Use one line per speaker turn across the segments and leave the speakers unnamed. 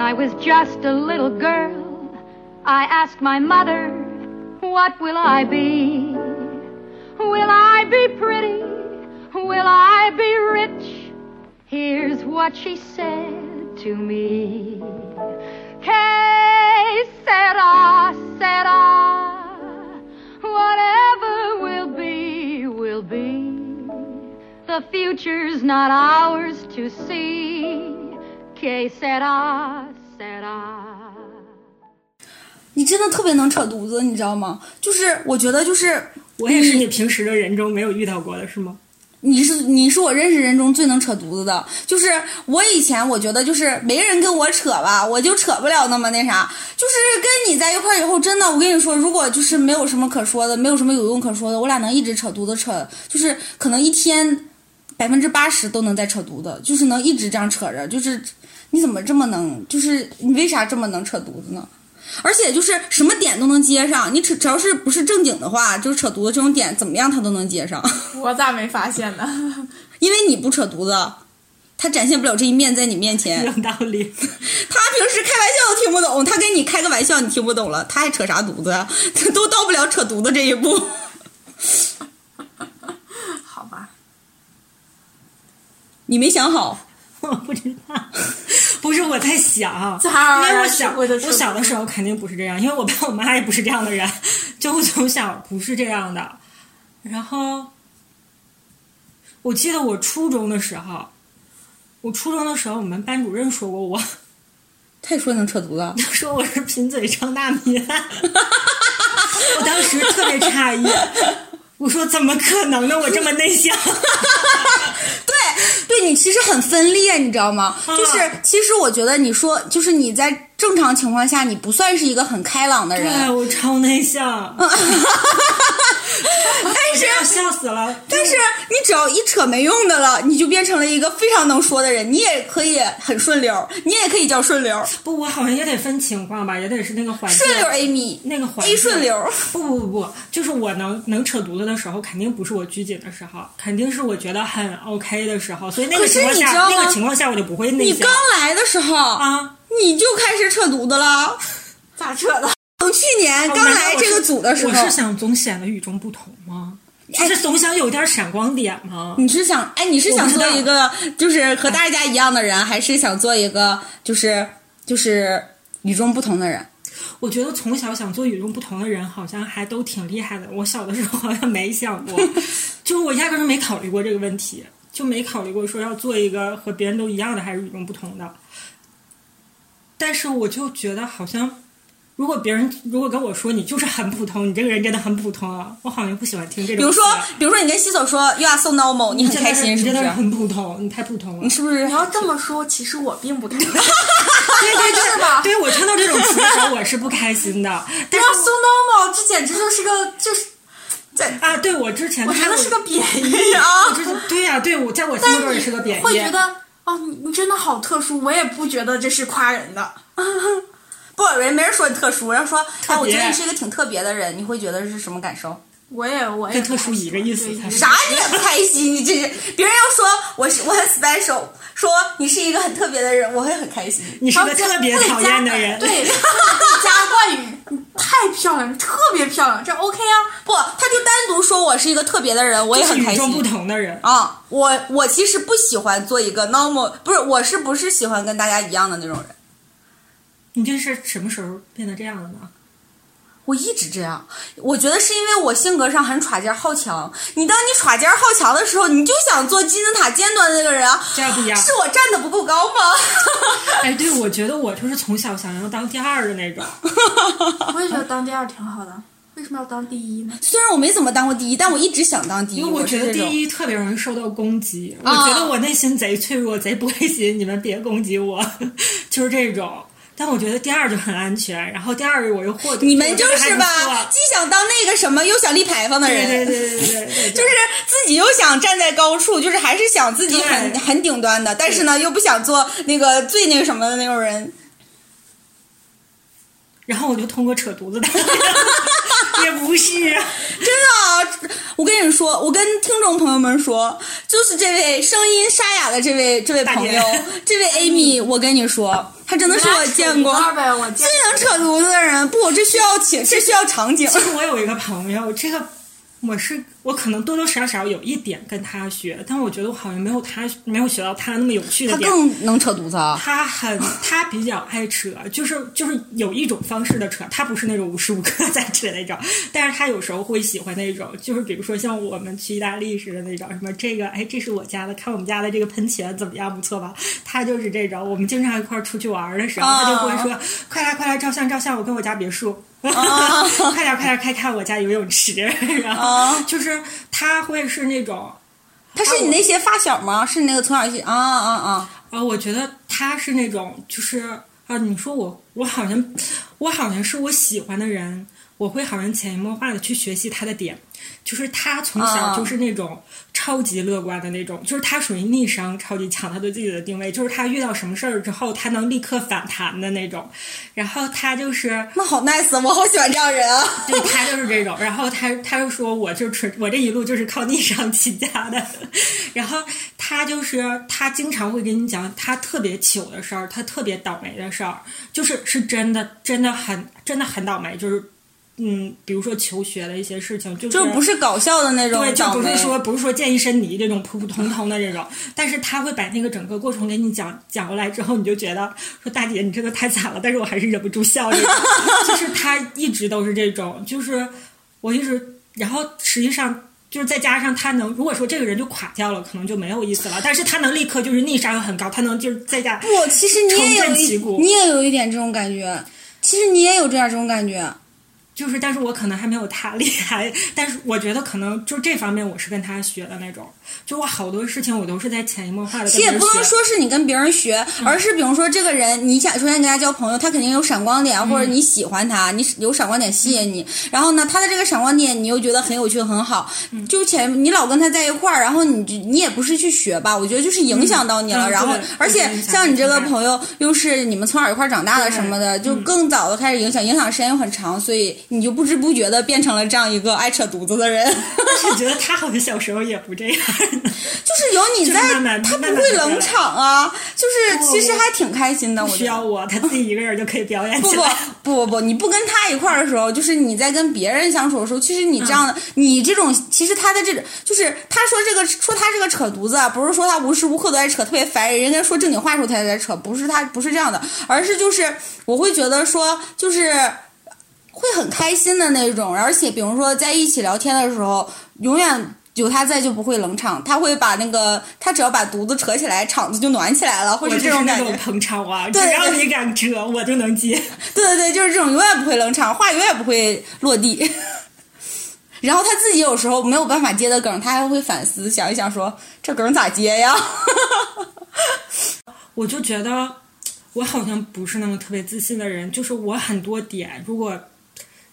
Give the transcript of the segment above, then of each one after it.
I was just a little girl, I asked my mother, What will I be? Will I be pretty? Will I be rich? Here's what she said to me. Que sera, sera. Whatever will be, will be. The future's not ours to see. Que sera, sera.
你真的特别能扯犊子，你知道吗？就是我觉得就是
我也是你平时的人中没有遇到过的，是吗？
你是你是我认识人中最能扯犊子的，就是我以前我觉得就是没人跟我扯吧，我就扯不了那么那啥，就是跟你在一块儿以后，真的我跟你说，如果就是没有什么可说的，没有什么有用可说的，我俩能一直扯犊子扯，就是可能一天百分之八十都能在扯犊子，就是能一直这样扯着，就是你怎么这么能，就是你为啥这么能扯犊子呢？而且就是什么点都能接上，你扯只要是不是正经的话，就是扯犊子这种点，怎么样他都能接上。
我咋没发现呢？
因为你不扯犊子，他展现不了这一面在你面前。
有道理，
他平时开玩笑都听不懂，他跟你开个玩笑你听不懂了，他还扯啥犊子啊？ 他都到不了扯犊子这一步。
好吧，
你没想好，
我不知道，不是我在想，啊
在啊哈尔
因为我
滨
小
我就
我小的时候肯定不是这样，因为我爸我妈也不是这样的人，就我从小不是这样的。然后，我记得我初中的时候，我初中的时候，我们班主任说过我，
他也说能扯犊子啊，
他说我是贫嘴张大民， 我当时特别诧异，我说怎么可能呢？我这么内向。
对你其实很分裂，你知道吗？就是其实我觉得你说，就是你在正常情况下，你不算是一个很开朗的人
对，，我超内 向，但是要笑死了。
但是你只要一扯没用的了，你就变成了一个非常能说的人，你也可以很顺溜，你也可以叫顺溜，
不，我好像也得分情况吧，也得是那个环境。
顺溜 Amy，
那个环
A
境
顺溜。
不不不不，就是我能能扯犊子的时候，肯定不是我拘谨的时候，肯定是我觉得很 OK 的时候。所以那个
可是
情况
你
下
知道，
那个
吗
情况下我就不会内
你
向
刚来的时候
啊。
你就开始扯犊子了。
咋扯的？
从去年刚来这个组的时候，
哦
哎
我是想总显得与众不同吗？就是总想有点闪光点吗？
你是想哎，你是想做一个就是和大家一样的人，还是想做一个就是就是与众不同的人？
我觉得从小想做与众不同的人，好像还都挺厉害的。我小的时候好像没想 过，就是我压根儿没考虑过这个问题，就没考虑过说要做一个和别人都一样的，还是与众不同的。但是我就觉得好像，如果别人如果跟我说你就是很普通，你这个人真的很普通啊，我好像不喜欢听这种
比如
词。
说，比如说你跟西索说 “You are so normal”，你
你
很
真的
开心
你
是
真
不
的
是？
很普通，你太普通了
你。是不是啊
你？要这么说，其实我并不开心。
对对对，
是
啊
吧
对我听到这种词的时候，我是不开心的。但
要
是
so normal，这简直就是个就是，在
啊，对我之前
我觉
看
得
过
是个贬义啊。
哦就是对呀、对我在我心目中也是个贬义。
会觉得哦，你你真的好特殊，我也不觉得这是夸人的。
不，人没人说你特殊，然后说哎，我
别
觉得你是一个挺特别的人，你会觉得是什么感受？
我也我也
跟
不
特
太
殊
喜
一个
欢
意思
对
才
一个
是
啥你也不开心，你这是别人要说我是我 很 special，说你是一个很特别的人，我会很开心。
你是
然后
个
再
特别
再
讨厌
加
的人，
对，再加冠宇， 你太漂亮，特别漂亮，这 OK 啊。
不，他就单独说我是一个特别的人，我也
就是
很开
与众不
心。
同的人。
啊，我我其实不喜欢做一个 normal，不是，我是不是喜欢跟大家一样的那种人？
你这是什么时候变得这样的呢？
我一直这样，我觉得是因为我性格上很耍尖儿好强。你当你耍尖儿好强的时候，你就想做金字塔尖端的那个人啊。
这样不一样
是我站的不够高吗？
哎，对，我觉得我就是从小想要当第二的 那种。
我也觉得当第二挺好的，为什么要当第一呢？
虽然我没怎么当过第一，但我一直想当第一。
因为我觉
是
得
这
第
种
一特别容易受到攻击，我
啊
觉得我内心贼脆弱，贼不开心，你们别攻击我， 就是这种。但我觉得第二就很安全，然后第二我又获得
你们就是
我觉得还
吧，
不错
既想当那个什么，又想立牌坊的
对
人，
对对对对对，
就是自己又想站在高处，就是还是想自己很
对
很顶端的，但是呢，又不想做那个最那个什么的那种人。
然后我就通过扯犊子的， 也不是啊，
真的、啊，我跟你说，我跟听众朋友们说，就是这位声音沙哑的这位这位朋友
大姐，
这位 Amy，我跟你说，她真的是我见过
你俩扯一段呗我
最
见过啊
能扯犊子的人。不，这需要请，这需要场景。
就是我有一个朋友，这个我是我可能多多少少有一点跟他学，但我觉得我好像没有他没有学到他那么有趣
她
的点。
更能扯犊子啊！
他很，他比较爱扯，就是就是有一种方式的扯，他不是那种无时无刻在扯那种，但是他有时候会喜欢那种，就是比如说像我们去意大利似的那种，什么这个，哎，这是我家的，看我们家的这个喷泉怎么样，不错吧？他就是这种，我们经常一块儿出去玩儿的时候，他就会说，快来快来照相照相，我跟我家别墅。 快点快点，快看我家游泳池！然后就是他会是那种
她是你那些发小吗？是你那个从小一起啊啊啊！
啊，我觉得他是那种，就是啊，你说我，我好像，我好像是我喜欢的人，我会好像潜移默化的去学习他的点，就是他从小
啊
就是那种超级乐观的那种，就是他属于逆商超级强，他对自己的定位，就是他遇到什么事儿之后，他能立刻反弹的那种，然后他就是。
那好 nice，我好啊喜欢这样人啊！
对他就是这种，然后他他就说我就纯我这一路就是靠逆商起家的，然后他就是他经常会跟你讲他特别糗的事儿，他特别倒霉的事儿，就是是真的真的很真的很倒霉，就是嗯，比如说求学的一些事情，就是
就不是搞笑的那种
对，就
倒
不
霉
是说不是说见一身泥这种普普通通的这种，但是他会把那个整个过程给你讲讲过来之后，你就觉得说大姐你真的太惨了，但是我还是忍不住 笑这种，就是他一直都是这种，就是我一直，然后实际上。就是再加上他能，如果说这个人就垮掉了，可能就没有意思了。但是他能立刻就是逆杀又很高，他能就是再加
不，其实你也有
重振旗
一
鼓，
你也有一点这种感觉。其实你也有这样这种感觉，
就是，但是我可能还没有他厉害，但是我觉得可能就这方面我是跟他学的那种，就我好多事情我都是在潜移默化的。
其实也不能说是你跟别人学，
嗯
而是比如说这个人，你想首先跟他交朋友，他肯定有闪光点，或者
嗯
你喜欢他，你有闪光点吸引你。然后呢，他的这个闪光点你又觉得很有趣很好，
嗯
就前你老跟他在一块儿，然后你就你也不是去学吧，我觉得就是影响到你了。
嗯
然后
对，
而且
有影响
像你这个
挺大
朋友又是你们从小一块儿长大的
对嗯
什么的，就更早的开始影响，影响时间又很长，所以你就不知不觉的变成了这样一个爱扯犊子的人。
但是觉得他好像小时候也不这样。
就是有你在，
就是慢慢
他
慢
不
慢
会
地来
冷场啊，就是其实还挺开心的。我
需
觉
要
得
我，他自己一个人就可以表演
不
起
不
来。
不不不，你不跟他一块儿的时候，就是你在跟别人相处的时候，其实你这样的，
嗯
你这种其实他的这种，就是他说这个说他这个扯犊子啊，不是说他无时无刻都在扯，特别烦人。人家说正经话的时候他才在扯，不是他不是这样的，而是就是我会觉得说就是。会很开心的那种，而且比如说在一起聊天的时候，永远有他在就不会冷场，他会把那个他只要把犊子扯起来，场子就暖起来了，会
我就是
这种
那
感
种
觉。
捧场啊，只
对
要你敢遮，我就能接。
对对对，就是这种永远不会冷场，话永远不会落地。 然后他自己有时候没有办法接的梗，他还会反思，想一想说这梗咋接呀？
我就觉得我好像不是那么特别自信的人，就是我很多点，如果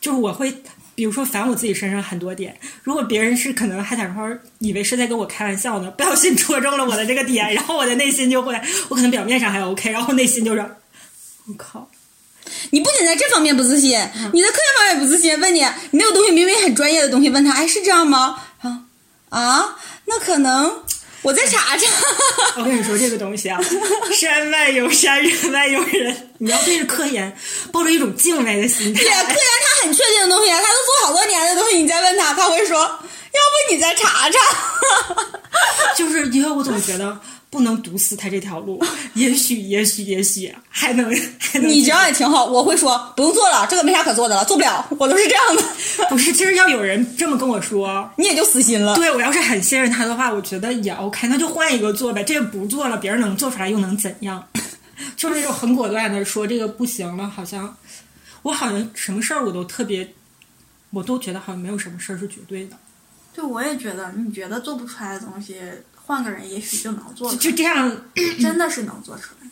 就是我会，比如说反我自己身上很多点，如果别人是可能还在那块儿以为是在跟我开玩笑呢，不小心戳中了我的这个点，然后我的内心就会，我可能表面上还 OK，然后内心就是，我靠，
你不仅在这方面不自信，你在科学方面不自信。问你，你那个东西明明很专业的东西，问他，哎，是这样吗？啊啊，那可能我再查查。
我跟你说这个东西啊，山外有山，人外有人，你要对着科研抱着一种敬畏的心态
对，。科研他很确定的东西，啊他都做好多年的东西，你再问他，他会说，要不你再查查。
就是因为我总觉得不能堵死他这条路，也许也许也许还能还能。
你这样也挺好，我会说不用做了，这个没啥可做的了，做不了，我都是这样的，
不是，其实要有人这么跟我说，
你也就死心了。
对我要是很信任他的话，我觉得也 OK，那就换一个做呗。这个不做了，别人能做出来又能怎样？ 就是那种很果断的说这个不行了，好像我好像什么事儿我都特别，我都觉得好像没有什么事儿是绝对的。
对，我也觉得，你觉得做不出来的东西，换个人也许就能做
就
出
就这样
来，真的是能做出来。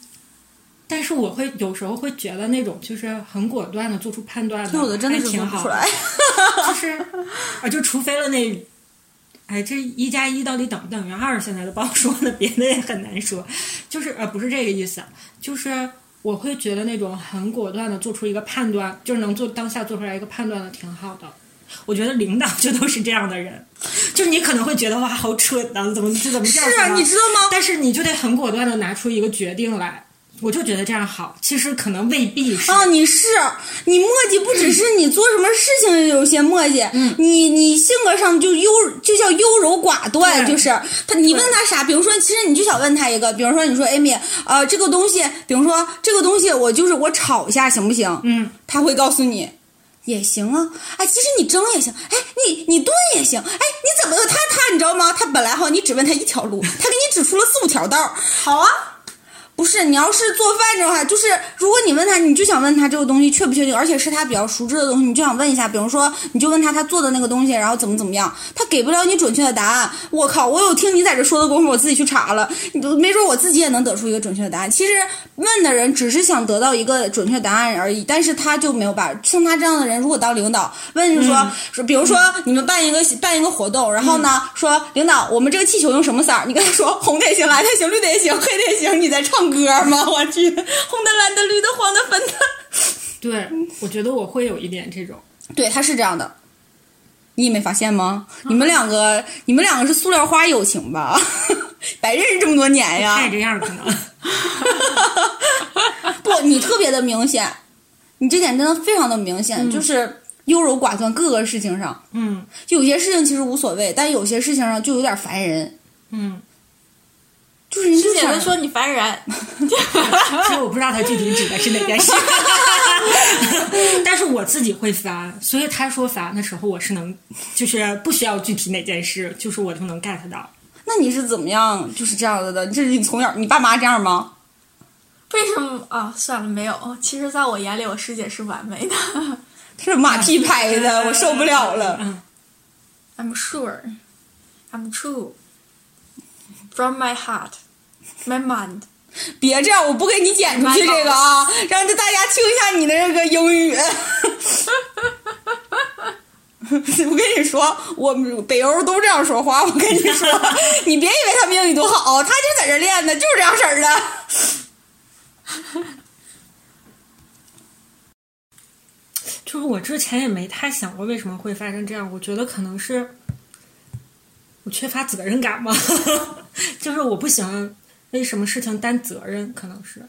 但是我会有时候会觉得那种就是很果断的做出判断的，
所以我的真的
还
是
挺
做不
好
出
的
来。
就是啊，就除非了那，哎，这一加一到底等不等于 二，现在都不好说了，别的也很难说。就是呃，不是这个意思，就是我会觉得那种很果断的做出一个判断，就是能做当下做出来一个判断的挺好的。我觉得领导就都是这样的人，就是你可能会觉得哇好蠢呐、怎么这怎么这样
是啊
想啊
你知道吗
但是你就得很果断的拿出一个决定来，我就觉得这样好。其实可能未必是，
啊，你是你磨叽，不只是你做什么事情有些磨叽，你你性格上就优，就叫优柔寡断，
对
就是他，你问他啥，比如说，其实你就想问他一个，比如说你说 Amy，呃，这个东西，比如说这个东西，我就是我吵一下行不行？
嗯，
他会告诉你。也行啊，哎，其实你争也行，哎，你你蹲也行，哎，你怎么他他你知道吗？他本来哈，你只问他一条路，他给你指出了四五条道儿，
好啊，
不是，你要是做饭这种话，就是如果你问他，你就想问他这个东西确不确定，而且是他比较熟知的东西，你就想问一下。比如说，你就问他他做的那个东西，然后怎么怎么样，他给不了你准确的答案。我靠，我有听你在这说的功夫，我自己去查了，你都没准我自己也能得出一个准确的答案。其实问的人只是想得到一个准确答案而已，但是他就没有把像他这样的人，如果当领导问说、说，比如说你们办一个办一个活动，然后呢、说领导，我们这个气球用什么色儿？你跟他说红的也行，蓝的也行，绿的也行，黑的也行，你在唱歌吗？ 我去，红的、蓝的、绿的、黄的、粉的，
对我觉得我会有一点这种。
对，他是这样的。你也没发现吗？你们两个，你们两个是塑料花友情吧？ 白认识这么多年哎呀，
太这样可能。
不，你特别的明显，你这点真的非常的明显，就是优柔寡断，各个事情上，
嗯
就有些事情其实无所谓，但有些事情上就有点烦人，
嗯，
就是人就
师姐
想
们说你烦人，
所以我不知道他具体指的是哪件事， 但是我自己会烦，所以他说烦的时候，我是能，就是不需要具体哪件事，就是我就能 get 到。
那你是怎么样就是这样子的？这是你从小你爸妈这样吗？
为什么啊？算了，没有。其实，在我眼里，我师姐是完美的。
他是马屁拍的，我受不了了。
嗯，
I'm sure, I'm true, from my heart, my mind。
别这样，我不给你剪出去这个啊，让大家听一下你的这个英语。 我跟你说，我们北欧都这样说话。我跟你 说，你别以为他们英语多好，他就在这练的，就是这样式儿的。
就是我之前也没太想过为什么会发生这样，我觉得可能是我缺乏责任感吧， 就是我不喜欢为什么事情担责任，可能是，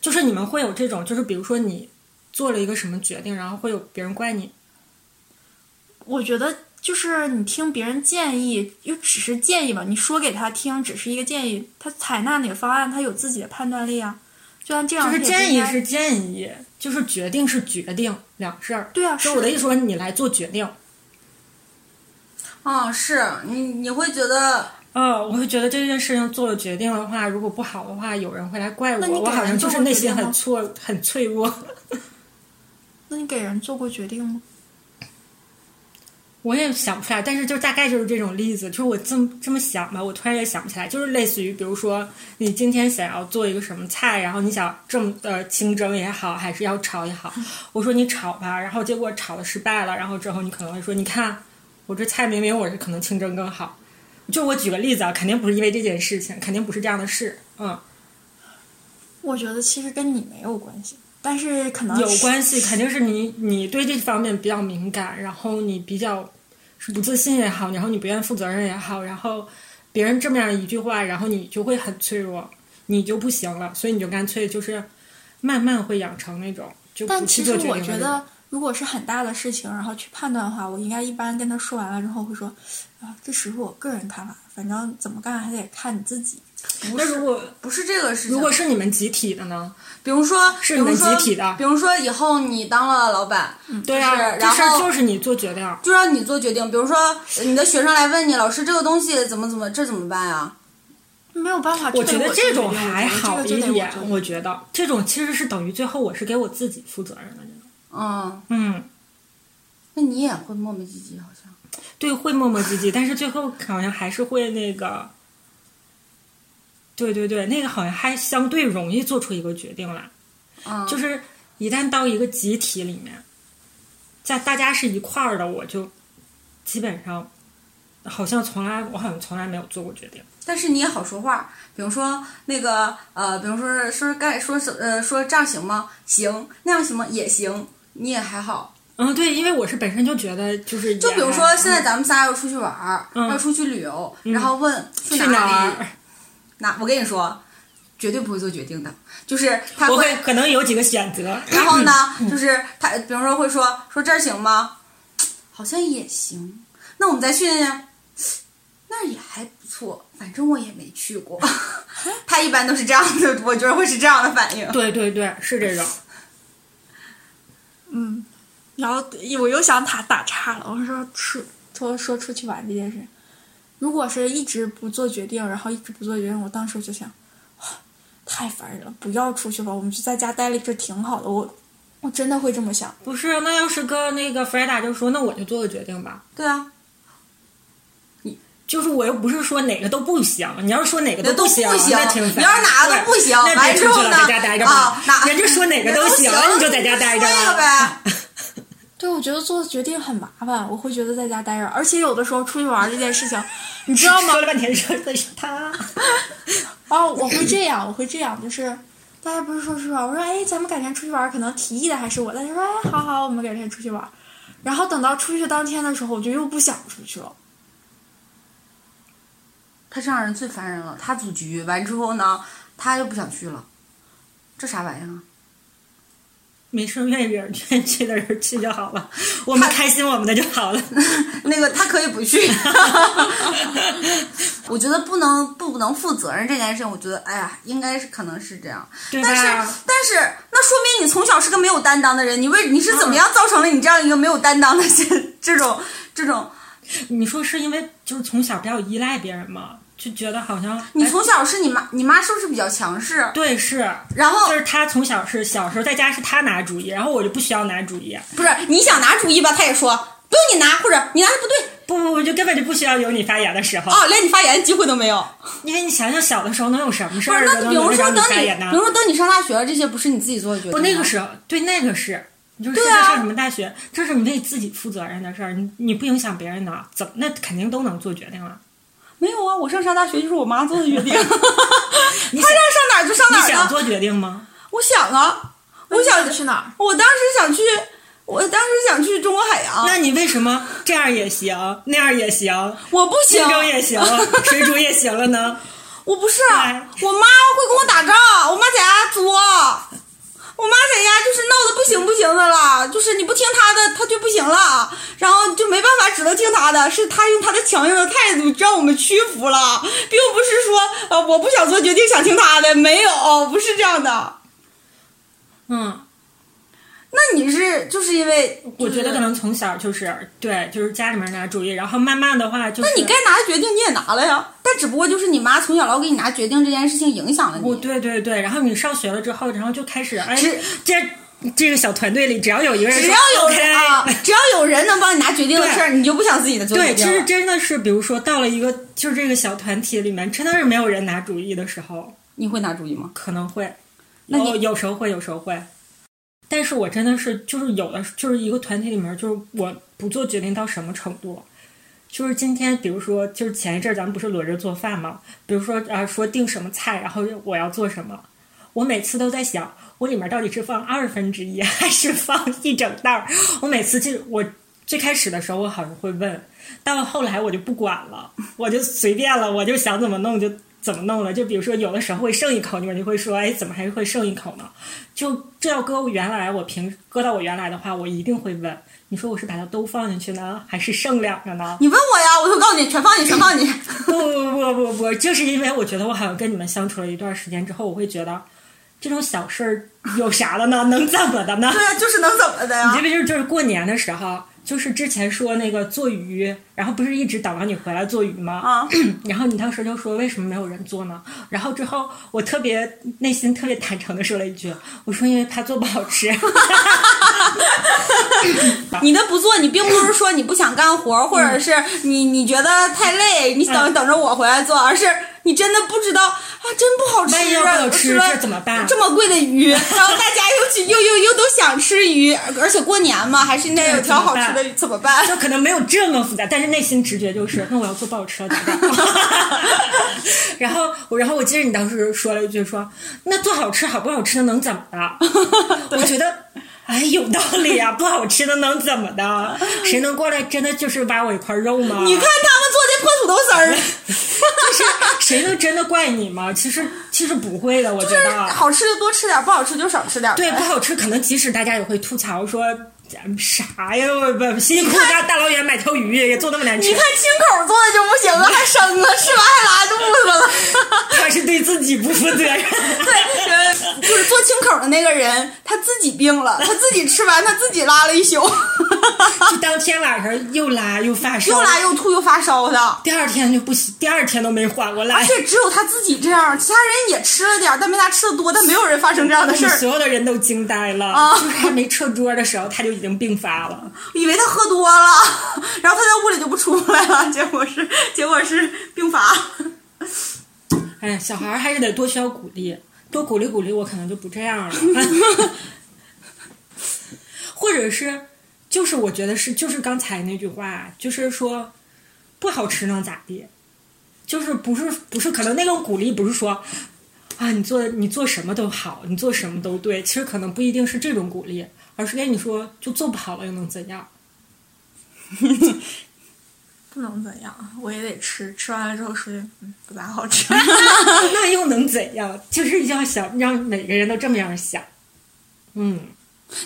就是你们会有这种，就是比如说你做了一个什么决定，然后会有别人怪你，
我觉得就是你听别人建议，又只是建议吧，你说给他听只是一个建议，他采纳哪个方案，他有自己的判断力啊。就像这样，
就是建议
他也
是建议，就是决定是决定，两事儿。
对啊
就是我的意思说，你来做决定。
啊、是你你会觉得
呃，我会觉得这件事情做了决定的话，如果不好的话，有人会来怪
那你
我，
给
我好像
人
就
做
是
过
内
决
心
定
很
吗
脆、很脆弱。
那你给人做过决定吗？
我也想不出来，但是就大概就是这种例子，就是我这么这么想吧，我突然也想不起来，就是类似于比如说你今天想要做一个什么菜，然后你想正呃清蒸也好，还是要炒也好，我说你炒吧，然后结果炒的失败了，然后之后你可能会说，你看我这菜明明我是可能清蒸更好，就我举个例子啊，肯定不是因为这件事情，肯定不是这样的事，嗯，
我觉得其实跟你没有关系，但啊是可能
有关系，肯定是你你对这方面比较敏感，然后你比较是不自信也好，然后你不愿负责任也好，然后别人这么样一句话，然后你就会很脆弱，你就不行了，所以你就干脆就是慢慢会养成那种就不
但
去
其
做
实
决定
我
的
觉
那种
得，如果是很大的事情，然后去判断的话，我应该一般跟他说完了之后会说，啊，这只是我个人看法，反正怎么干还得看你自己。
那如果
不是这个事情。
如果是你们集体的呢？
比如说，
是
比如
你
说
集体的
比如说以后你当了老板，
嗯
对啊，
是
这
然
事儿
后
就是你做决定。
就让你做决定。比如说呃你的学生来问你，老师这个东西怎么怎么，这怎么办呀？
没有办法，
我
这
觉
得
得这种
决定
还好
我
一
觉得这个就得
点
我决，定
我觉得这种其实是等于最后我是给我自己负责任的那种。
嗯，
嗯。
那你也会磨磨唧唧，好像。
对，会磨磨唧唧，但是最后好像还是会那个，对对对，那个好像还相对容易做出一个决定来，
嗯，
就是一旦到一个集体里面，在大家是一块儿的，我就基本上好像从来我好像从来没有做过决定。
但是你也好说话，比如说那个呃，比如说是说干说是呃说这样行吗？行，那样行吗？也行，你也还好。
嗯，对，因为我是本身就觉得就是
就
就
比如说现在咱们仨要出去玩儿，
嗯
要出去旅游，然后问去
去
哪里？
儿，
那我跟你说，绝对不会做决定的，就是他
我会可能有几个选择。
然后呢，
嗯
就是他，比如说会说说这儿行吗？好像也行。那我们再去那家，那儿也还不错，反正我也没去过。 他一般都是这样的，我觉得会是这样的反应。
对对对，是这种。
嗯，然后我又想打打岔了，我说出说说出去玩这件事，如果是一直不做决定，然后一直不做决定，我当时就想，啊太烦人了，不要出去吧，我们就在家待了，这挺好的。我我真的会这么想，
不是，那要是跟那个弗雷达就说，那我就做个决定吧。
对啊，
就是我又不是说哪个都不行，你要是说哪个
那
不
都
行，
不行
那挺
你
烦。
要是哪个都不行
对那
完
别
之
出去
后
了，
呢
在家待着吧。
啊哪
人家说哪个都
行，
你就在家待着啊
睡了
吧。
呗。
对我觉得做决定很麻烦，我会觉得在家待着，而且有的时候出去玩这件事情，你知道吗？
说了半天说的是他，
哦，我会这样，我会这样，就是大家不是说出去玩，我说哎，咱们改天出去玩，可能提议的还是我，大家说哎，好好，我们改天出去玩。然后等到出去当天的时候，我就又不想出去了。
他这样人最烦人了。他组局完之后呢，他又不想去了，这啥玩意儿啊？
没事，愿意人愿意去的人去就好了，我们开心我们的就好了。
那个他可以不去。 我觉得不能不能负责任这件事情，我觉得哎呀，应该是可能是这样。
对啊吧
但是但是，那说明你从小是个没有担当的人。你为你是怎么
嗯
样造成了你这样一个没有担当的这这种这种？
你说是因为就是从小比较依赖别人嘛，就觉得好像
你
哎
从小是你妈，你妈是不是比较强势？
对是，
然后
就是他从小是小时候在家是他拿主意，然后我就不需要拿主意，
不是你想拿主意吧，她也说不用你拿，或者你拿的不对
不不不，就根本就不需要有你发言的时候，
啊，连你发言的机会都没有。
因为你想想小的时候能有什么事
不是，
儿
那
能
比如
能
说
让
等
发
你，
言呢
比如？说等你上大学了，这些不是你自己做的决定吗。
不，那个时候对那个是。你就是
对
现
啊
在上什么大学，这是你为自己负责任的事儿，你你不影响别人的，怎么那肯定都能做决定了。
没有啊，我上啥大学就是我妈做的 决定，她让
你想
上哪儿就上
你
哪儿
想
了。
做决定吗？
我想啊，我
我
想
想去，哪儿？
我当时想去，我当时想去中国海洋，
那你为什么这样也行，那样也行，
我不行
清，蒸也行，水煮也行了 呢？
我不是，
哎
我妈会跟我打仗，我妈在家作，我妈在家就是闹得不行不行的了，就是你不听她的，她就不行了，然后就没办法，只能听她的，是她用她的强硬的态度让我们屈服了，并不是说呃我不想做决定想听她的，没有，不是这样的。
嗯，
那你是就是因为
我觉得可，
就是
能从小就是对，就是家里面拿主意，然后慢慢的话就是
那你该拿的决定你也拿了呀，但只不过就是你妈从小老给你拿决定这件事情影响了
我
你。
对对对，然后你上学了之后，然后就开始哎
只，
这这个小团队里只要有一个人
只
说
要有
OK
人啊，只要有人能帮你拿决定的事儿，你就不想自己的做决
对，其
定
实
了。
真的是，比如说到了一个就是这个小团体里面，真的是没有人拿主意的时候，
你会拿主意吗？
可能会，
那你
有有时候会，有时候会。但是我真的是，就是有的，就是一个团体里面，就是我不做决定到什么程度，就是今天，比如说，就是前一阵儿咱们不是轮着做饭嘛，比如说啊、说订什么菜，然后我要做什么，我每次都在想，我里面到底是放二分之一还是放一整袋儿？我每次就我最开始的时候，我好像会问，到后来我就不管了，我就随便了，我就想怎么弄就怎么弄了。就比如说，有的时候会剩一口，你们就会说，哎，怎么还会剩一口呢？就这要搁我原来，我平搁到我原来的话，我一定会问，你说我是把它都放进去呢，还是剩两个呢？
你问我呀，我就告诉你，全放你，全放你。
不不不不不，就是因为我觉得我好像跟你们相处了一段时间之后，我会觉得这种小事儿有啥的呢？ 能怎么的呢？
对呀，啊就是能怎么的
你
呀
这？不就是就是过年的时候，就是之前说那个做鱼，然后不是一直等到你回来做鱼吗？
啊，
然后你当时就说为什么没有人做呢？然后之后我特别内心特别坦诚的说了一句，我说因为他做不好吃。
你的不做，你并不是说你不想干活，或
嗯
者是你你觉得太累，你等等着我回来做，而是你真的不知道啊，真不好吃，
万一要不好吃
吃了
这怎么办
这么贵的鱼，然后大家又去又又又都想吃鱼，而且过年嘛，还是应该有条好吃的鱼，怎么办？
就可能没有这么复杂，但是内心直觉就是，那我要做不好吃了怎么办？ 然后我，然后我记得你当时说了一句说，那做好吃好不好吃的能怎么 的？我觉得。哎，有道理啊！不好吃的能怎么的？谁能过来真的就是挖我一块肉吗？
你看他们做那破土豆丝儿，
就是谁能真的怪你吗？其实其实不会的，我觉
就
得
是好吃就多吃点，不好吃就少吃点。
对，不好吃，可能即使大家也会吐槽说。咱们啥呀？我不辛辛苦苦大大老远买条鱼，也做那么难吃
你看。青口做的就不行了，还生了，吃完还拉肚子了。
他是对自己不负责任。
对，呃就是做清口的那个人，他自己病了，他自己吃完，他自己拉了一宿，
就当天晚上又拉又发烧，
又拉又吐又发烧的。
第二天就不行，第二天都没缓过
而
来。
且只有他自己这样，其他人也吃了点儿，但没他吃的多，但没有人发生这样的
我
事
们
儿。
所有的人都惊呆了，
啊
就是还没撤桌的时候，他就已经病发了。
以为他喝多了， 然后他在屋里就不出来了，结果是结果是病发。
哎呀，小孩儿还是得多需要鼓励，多鼓励鼓励我，可能就不这样了。 或者是，就是我觉得是，就是刚才那句话，就是说不好吃能咋地？就是不是不是，可能那种鼓励不是说啊，你做你做什么都好，你做什么都对，其实可能不一定是这种鼓励，而是跟你说就做不好了又能怎样？
不能怎样，我也得吃，吃完了之后说句嗯不咋好吃。
那又能怎样？就是要想让每个人都这么样想，嗯。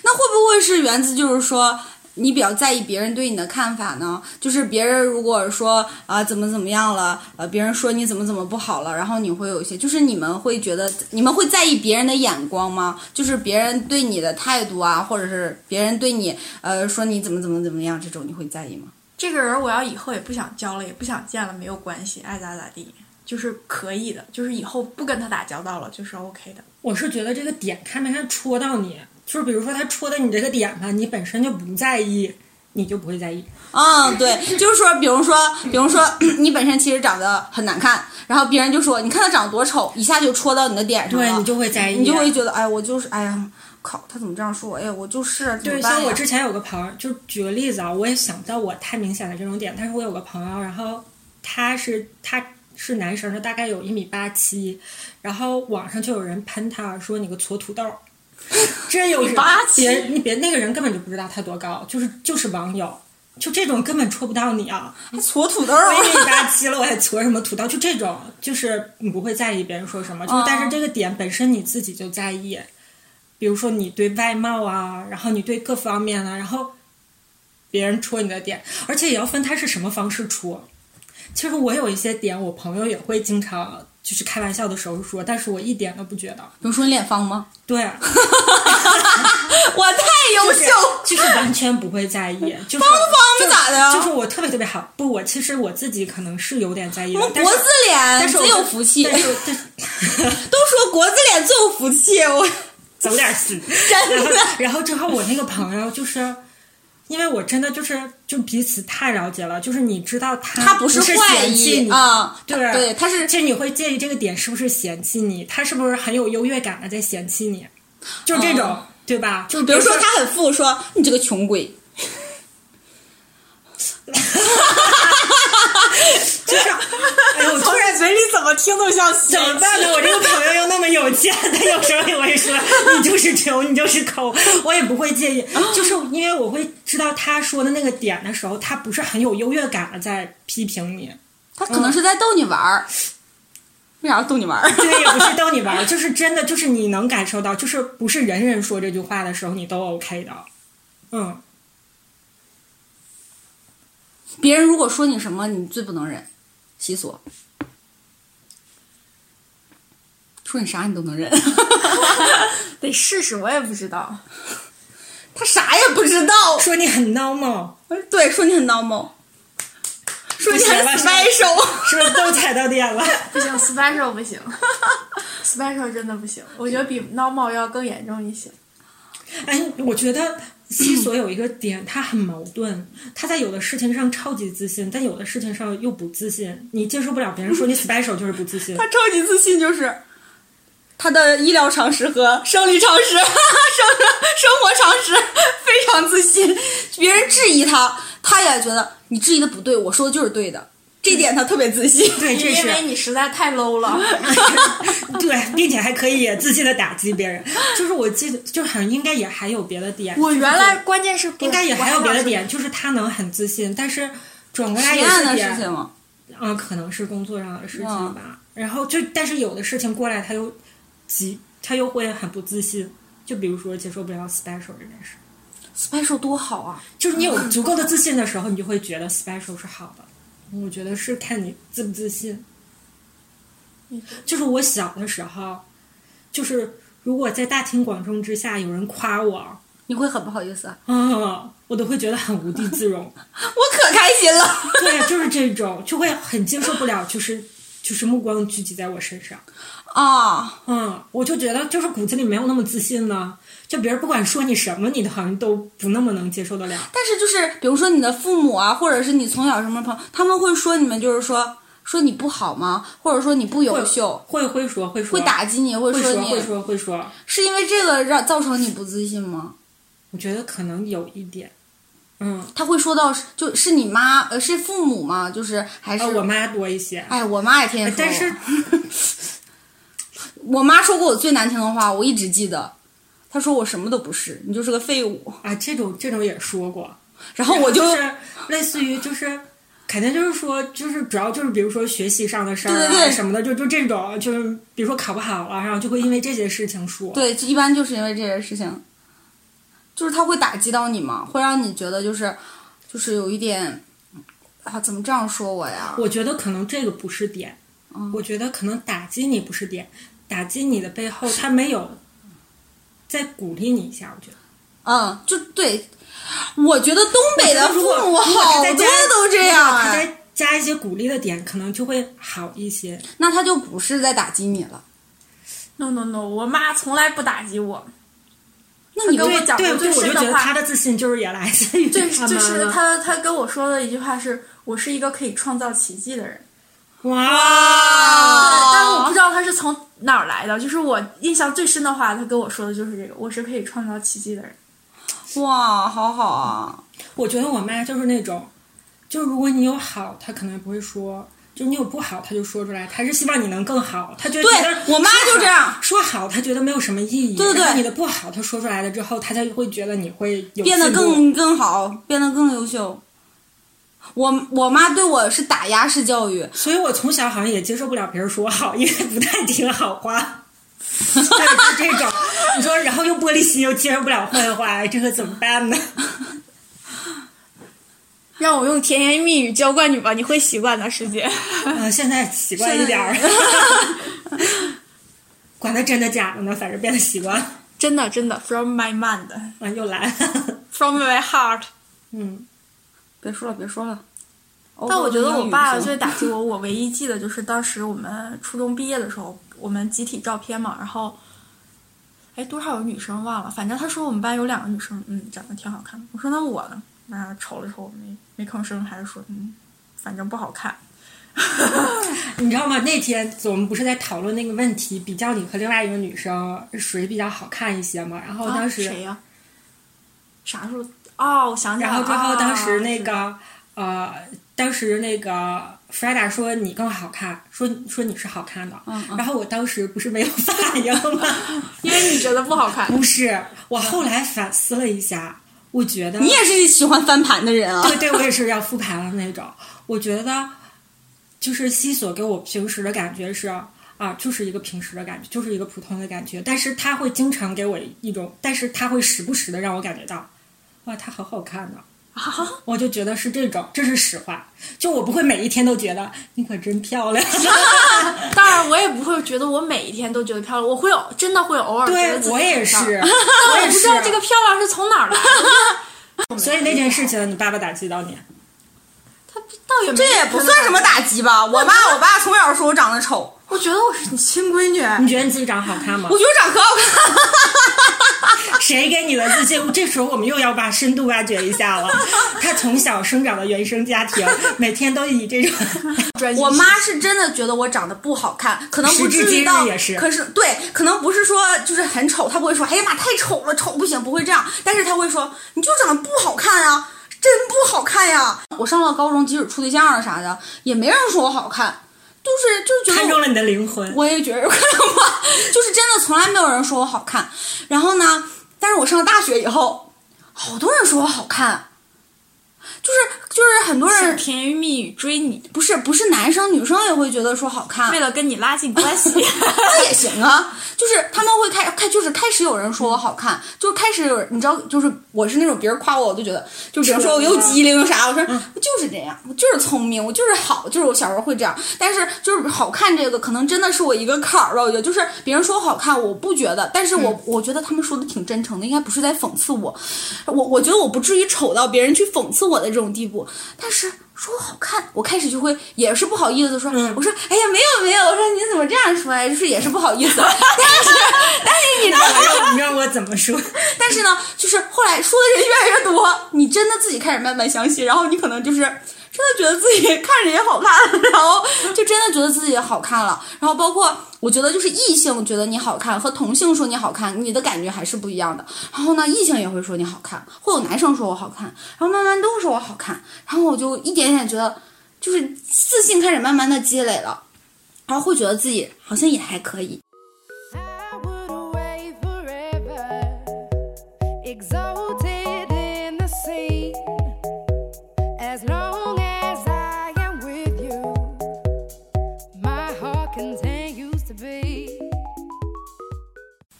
那会不会是源自就是说？你比较在意别人对你的看法呢？就是别人如果说啊、怎么怎么样了，呃别人说你怎么怎么不好了，然后你会有一些，就是你们会觉得你们会在意别人的眼光吗？就是别人对你的态度啊，或者是别人对你呃说你怎么怎么怎么样这种，你会在意吗？
这个人我要以后也不想交了，也不想见了，没有关系，爱咋咋地，就是可以的，就是以后不跟他打交道了，就是 OK 的。
我是觉得这个点看没看戳到你，就是比如说他戳的你这个点吧，你本身就不在意，你就不会在意。
嗯， 对，就是说，比如说，比如说， 你本身其实长得很难看，然后别人就说，你看他长得多丑，一下就戳到你的点上了，
对啊你就会在意
你就会觉得，哎，我就是，哎呀，靠，他怎么这样说我？哎呀，我就是啊，怎
对，
么办
像
呀
我之前有个朋友，就举个例子啊，我也想不到我太明显的这种点，但是我有个朋友，然后他是他是男生，他大概有一米八七，然后网上就有人喷他说你个矬土豆儿， 真有人
1.87
别你别那个人根本就不知道他多高，就是就是网友，就这种根本戳不到你啊。
还搓土豆
我
儿，
一米八七了，我还搓什么土豆？就这种，就是你不会在意别人说什么，
哦
就是但是这个点本身你自己就在意，比如说你对外貌啊，然后你对各方面啊，然后别人戳你的点，而且也要分他是什么方式戳。其实我有一些点，我朋友也会经常就是开玩笑的时候说，但是我一点都不觉得。
比如说你脸方吗？
对，啊
我太优
就是
秀，
就是完全不会在意，就是
方啊咋的呀
就是我特别特别好，不，我其实我自己可能是有点在意的，
我们
但
国
是
字脸
但是我
最有福气，
但
都
是我但是
说国字脸最有福气，我
走点心。
真的。
然后之后我那个朋友就是。因为我真的就是就彼此太了解了，就是你知道他
他
不
不是坏
嫌弃
意
你，
啊，
对
对，他是
其实你会介意这个点是不是嫌弃你，他是不是很有优越感的在嫌弃你，就是这种、
哦
对吧？就
比如说他很富，说你这个穷鬼，
就是，哎呦，我突然
然嘴里怎么听都像
怎么办呢？我这个朋友又那么有钱，他有时候也会说你就是穷，你就 是抠，我也不会介意，就是因为我会知道他说的那个点的时候，他不是很有优越感的在批评你，
他可能是在逗你玩儿，为啥要逗你玩儿？
对，也不是逗你玩儿，就是真的，就是你能感受到，就是不是人人说这句话的时候，你都 OK 的，嗯。
别人如果说你什么，你最不能忍，习 俗。说你啥你都能忍，
得试试，我也不知道。
他啥也不知道。
说你很 normal，
对，说你很 normal，说你很
不行了
special。
是不是都踩到点了？
不行，special 不行，special 真的不行，我觉得比 normal 要更严重一些。
哎，我觉得西索有一个点，他很矛盾，他在有的事情上超级自信，但有的事情上又不自信。你接受不了别人说你 special 就是不自信
他。超级自信，就是他的医疗常识和生理常识、生 生活常识非常自信。别人质疑他，他也觉得你质疑的不对，我说的就是对的。这点他特别自信。
对，这
因
是
为你实在太 low 了。
对，并且还可以自信的打击别人。就是我记得，就是好像应该也还有别的点。
我原来关键是不
应该也还有别的，
我
点，就是他能很自信，但是转过来
提
有
案
些
的
点
事，情吗？
啊，可能是工作上的事情吧。然后就，但是有的事情过来，他又急，他又会很不自信。就比如说接受不了 special 这件事，
special 多好啊！
就是你有足够的自信的时候，你就会觉得 special 是好的。我觉得是看你自不自信。就是我小的时候，就是如果在大庭广众之下有人夸我，啊、
你会很不好意思啊！
我都会觉得很无地自容。
我可开心了。
对，就是这种，就会很接受不了，就是就是目光聚集在我身上。
啊，
嗯，我就觉得就是骨子里没有那么自信呢，就别人不管说你什么，你都好像都不那么能接受得了。
但是就是比如说你的父母啊，或者是你从小什么朋友，他们会说你们就是说说你不好吗？或者说你不优秀，
会会说会说
会打击你，会
会
说
说
你
会说会说，
是因为这个让造成你不自信吗？
我觉得可能有一点，嗯，
他会说到是就是你妈呃是父母吗？就是还是、
呃，我妈多一些，
哎，我妈也天天说我。
但是
我妈说过我最难听的话，我一直记得。她说我什么都不是，你就是个废物。
啊，这种这种也说过，
然后我就
就是类似于就是。肯定就是说，就是主要就是比如说学习上的事儿啊
对对对
什么的，就就这种，就是比如说考不好啊了，然后就会因为这些事情说。
对，一般就是因为这些事情，就是他会打击到你嘛，会让你觉得就是就是有一点啊，怎么这样说我呀？
我觉得可能这个不是点，我觉得可能打击你不是点，打击你的背后他没有再鼓励你一下，我觉得。
嗯，就对，我觉得东北的
如
父
果如
母
果
好
他再
多
加
都这样、
他
哎，
再加一些鼓励的点，可能就会好一些。
那他就不是在打击你了。
No no no，我妈从来不打击我，
那你
跟
为
我讲
对
过
对，
最
我就
深
觉得
的
他
话，
的自信就是也来自于
最
他
最
妈
深的
妈。
她她跟我说的一句话是：“我是一个可以创造奇迹的人。”
哇，
对，但是我不知道他是从哪儿来的。就是我印象最深的话，他跟我说的就是这个：我是可以创造奇迹的人。
哇，好好啊！
我觉得我妈就是那种，就是如果你有好，她可能不会说。就是你有不好，她就说出来，她是希望你能更好。她觉得
对
觉得
我妈
说
就这样
好说好，她觉得没有什么意义。
对对
然后
对
你的不好，她说出来了之后，她才会觉得你会有
变得
进步
更更好，变得更优秀。我我妈对我是打压式教育，
所以我从小好像也接受不了别人说我好， 因为不太听好话。对，就这 种，你说，然后又玻璃心，又接受不了坏话，这可怎么 办呢？
让我用甜言蜜语浇灌你吧，你会习惯的，师 姐。
嗯、现在习惯一点儿， 管他真的假的呢，反正变得习惯了。
真的真的，from my mind，from
啊，又来了，
my heart。
嗯，
别说了，别说了。
但我觉得 我爸
最
最打击我，我唯一记得就是当时我们初中毕业的时候，我们集体照片嘛，然后，哎，多少有女生忘了，反正他说我们班有两个女生，嗯，长得挺好看的。我说那我呢？那瞅了瞅，没没吭声，还是说嗯，反正不好 看。
你知道吗？那天我们不是在讨论那个问题，比较你和另外一个女生谁比较好看一些吗？然后
啊
当时，
谁呀、啥时候？哦，我想起来
然
了。
后之后，
啊
当时那个、呃，当时那个 Freda 说你更好看，说说你是好看的。然后我当时不是没有 反应吗？
因 为你觉得不好看，
不是，我后来反思了一下，我觉得
你也是喜欢翻盘的人啊。
对对，我也是要复盘的那种。我觉得就是西索给我平时的感觉是啊，就是一个平时的感觉，就是一个普通的感觉。但是他会经常给我一种，但是他会时不时的让我感觉到，哇，他好好看呢、我就觉得是这种，这是实话。就我不会每一天都觉得你可真漂 亮，
当然我也不会觉得我每一天都觉得漂亮，我会有真的会偶尔觉得
对
自己
我也
很漂亮
是，我 也
不
是
知道这个漂亮是从哪儿来 的，
所以那件事情，你爸爸打击到你，
他倒也没
这也不算什么。打击吧？我妈，我爸从小说我长得丑，
我觉得我是你亲闺女，
嗯你觉得你自己长得好看吗
我？觉得我长得可好看了。
谁给你的自信？这时候我们又要把深度挖掘一下了。他从小生长的原生家庭，每天都以这种
专心
我妈是真的觉得我长得不好看，可能不
时至
至
今
于
日
到，
也是
可是对，可能不是说就是很丑，她不会说，哎呀妈，太丑了，丑不行，不会这样，但是她会说，你就长得不好看啊，真不好看呀、我上了高中，即使处对象了啥的，也没人说我好看，就是就是觉
看
得
中
我
了你的灵魂。
我也觉得有可能吧，就是真的从来没有人说我好看。然后呢，但是我上了大学以后，好多人说我好看，就是就是很多
是
人
甜言蜜语追你，
不是不是男生女生也会觉得说好看
为，了跟你拉近关 系。
那也行啊。就是他们会开开，就是开始有人说我好看，就开始有人你知道，就是我是那种别人夸我，我就觉得，就比如说我又机灵又啥，我说我就是这样，我就是聪明，我就是好，就是我小时候会这样。但是就是好看这个，可能真的是我一个坎儿吧。我觉得就是别人说我好看，我不觉得，但是我、我觉得他们说的挺真诚的，应该不是在讽刺我。我我觉得我不至于丑到别人去讽刺我的这种地步，但是。说我好看，我开始就会也是不好意思说，
嗯
我说哎呀没有没有，我说你怎么这样说呀？就是也是不好意思， 但是但是你知道，
让你让我怎么说？
但是呢，就是后来说的人越来越多，你真的自己开始慢慢相信，然后你可能就是真的觉得自己 看着也好看，然后就真的觉得自己好看了。然后包括我觉得就是异性觉得你好看和同性说你好看，你的感觉还是不一样的。然后呢，异性也会说你好看，会有男生说我好看，然后慢慢都说我好看，然后我就一点点觉得就是自信开始慢慢的积累了，然后会觉得自己好像也还可以。
I would away forever, exalted in the scene. As long as I am with you, my heart continues to be.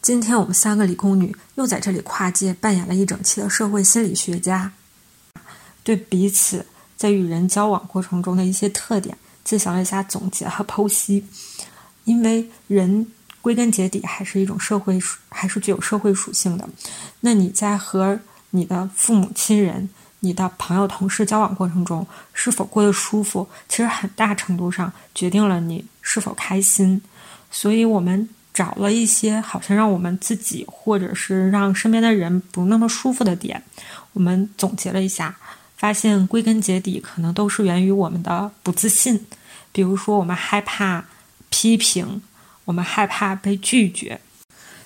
今天我们三个理工女又在这里跨界扮演了一整期的社会心理学家，对彼此在与人交往过程中的一些特点进行了一下总结和剖析。因为人归根结底还是一种社会属，还是具有社会属性的。那你在和你的父母亲人、你的朋友、同事交往过程中，是否过得舒服，其实很大程度上决定了你是否开心。所以我们找了一些好像让我们自己或者是让身边的人不那么舒服的点，我们总结了一下，发现归根结底可能都是源于我们的不自信，比如说我们害怕批评，我们害怕被拒绝。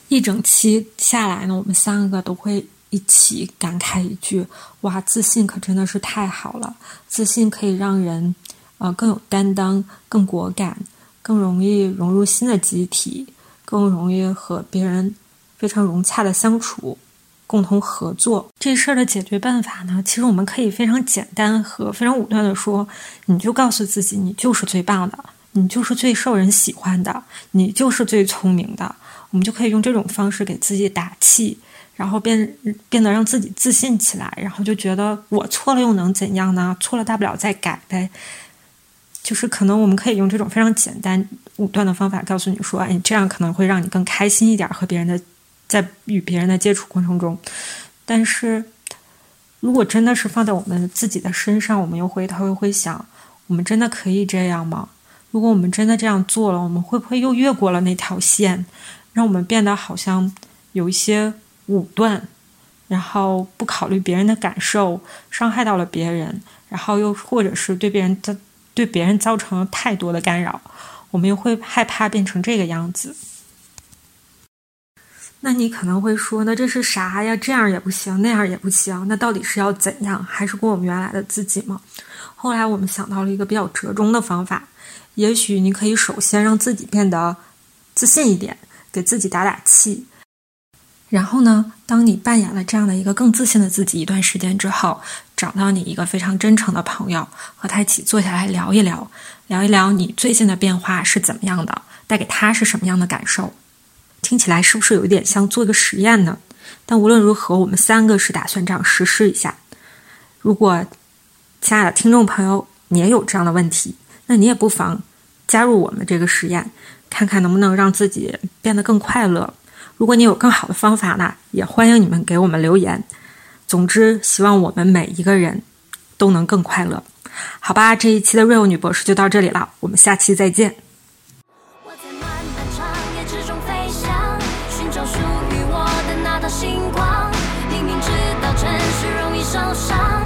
一整期下来呢，我们三个都会一起感慨一句：“哇，自信可真的是太好了！自信可以让人，呃，更有担当，更果敢，更容易融入新的集体，更容易和别人非常融洽的相处，共同合作。这事儿的解决办法呢，其实我们可以非常简单和非常武断的说，你就告诉自己，你就是最棒的，你就是最受人喜欢的，你就是最聪明的。我们就可以用这种方式给自己打气，然后变变得让自己自信起来，然后就觉得我错了又能怎样呢？错了大不了再改呗。就是可能我们可以用这种非常简单武断的方法告诉你说，哎，这样可能会让你更开心一点，和别人的在与别人的接触过程中。但是，如果真的是放在我们自己的身上，我们又回头又会想，我们真的可以这样吗？如果我们真的这样做了，我们会不会又越过了那条线，让我们变得好像有一些武断，然后不考虑别人的感受，伤害到了别人，然后又或者是对别人的对别人造成了太多的干扰，我们又会害怕变成这个样子。那你可能会说，那这是啥呀？这样也不行，那样也不行，那到底是要怎样？还是过我们原来的自己吗？后来我们想到了一个比较折中的方法，也许你可以首先让自己变得自信一点，给自己打打气。然后呢，当你扮演了这样的一个更自信的自己一段时间之后，找到你一个非常真诚的朋友，和他一起坐下来聊一聊，聊一聊你最近的变化是怎么样的，带给他是什么样的感受。听起来是不是有一点像做一个实验呢？但无论如何，我们三个是打算这样实施一下。如果亲爱的听众朋友，你也有这样的问题，那你也不妨加入我们这个实验，看看能不能让自己变得更快乐。如果你有更好的方法呢，也欢迎你们给我们留言。总之，希望我们每一个人都能更快乐。好吧，这一期的瑞欧女博士就到这里了，我们下期再见。
我在漫漫长夜之中飞翔，寻找属于我的那道到星光。明明知道诚实容易受伤，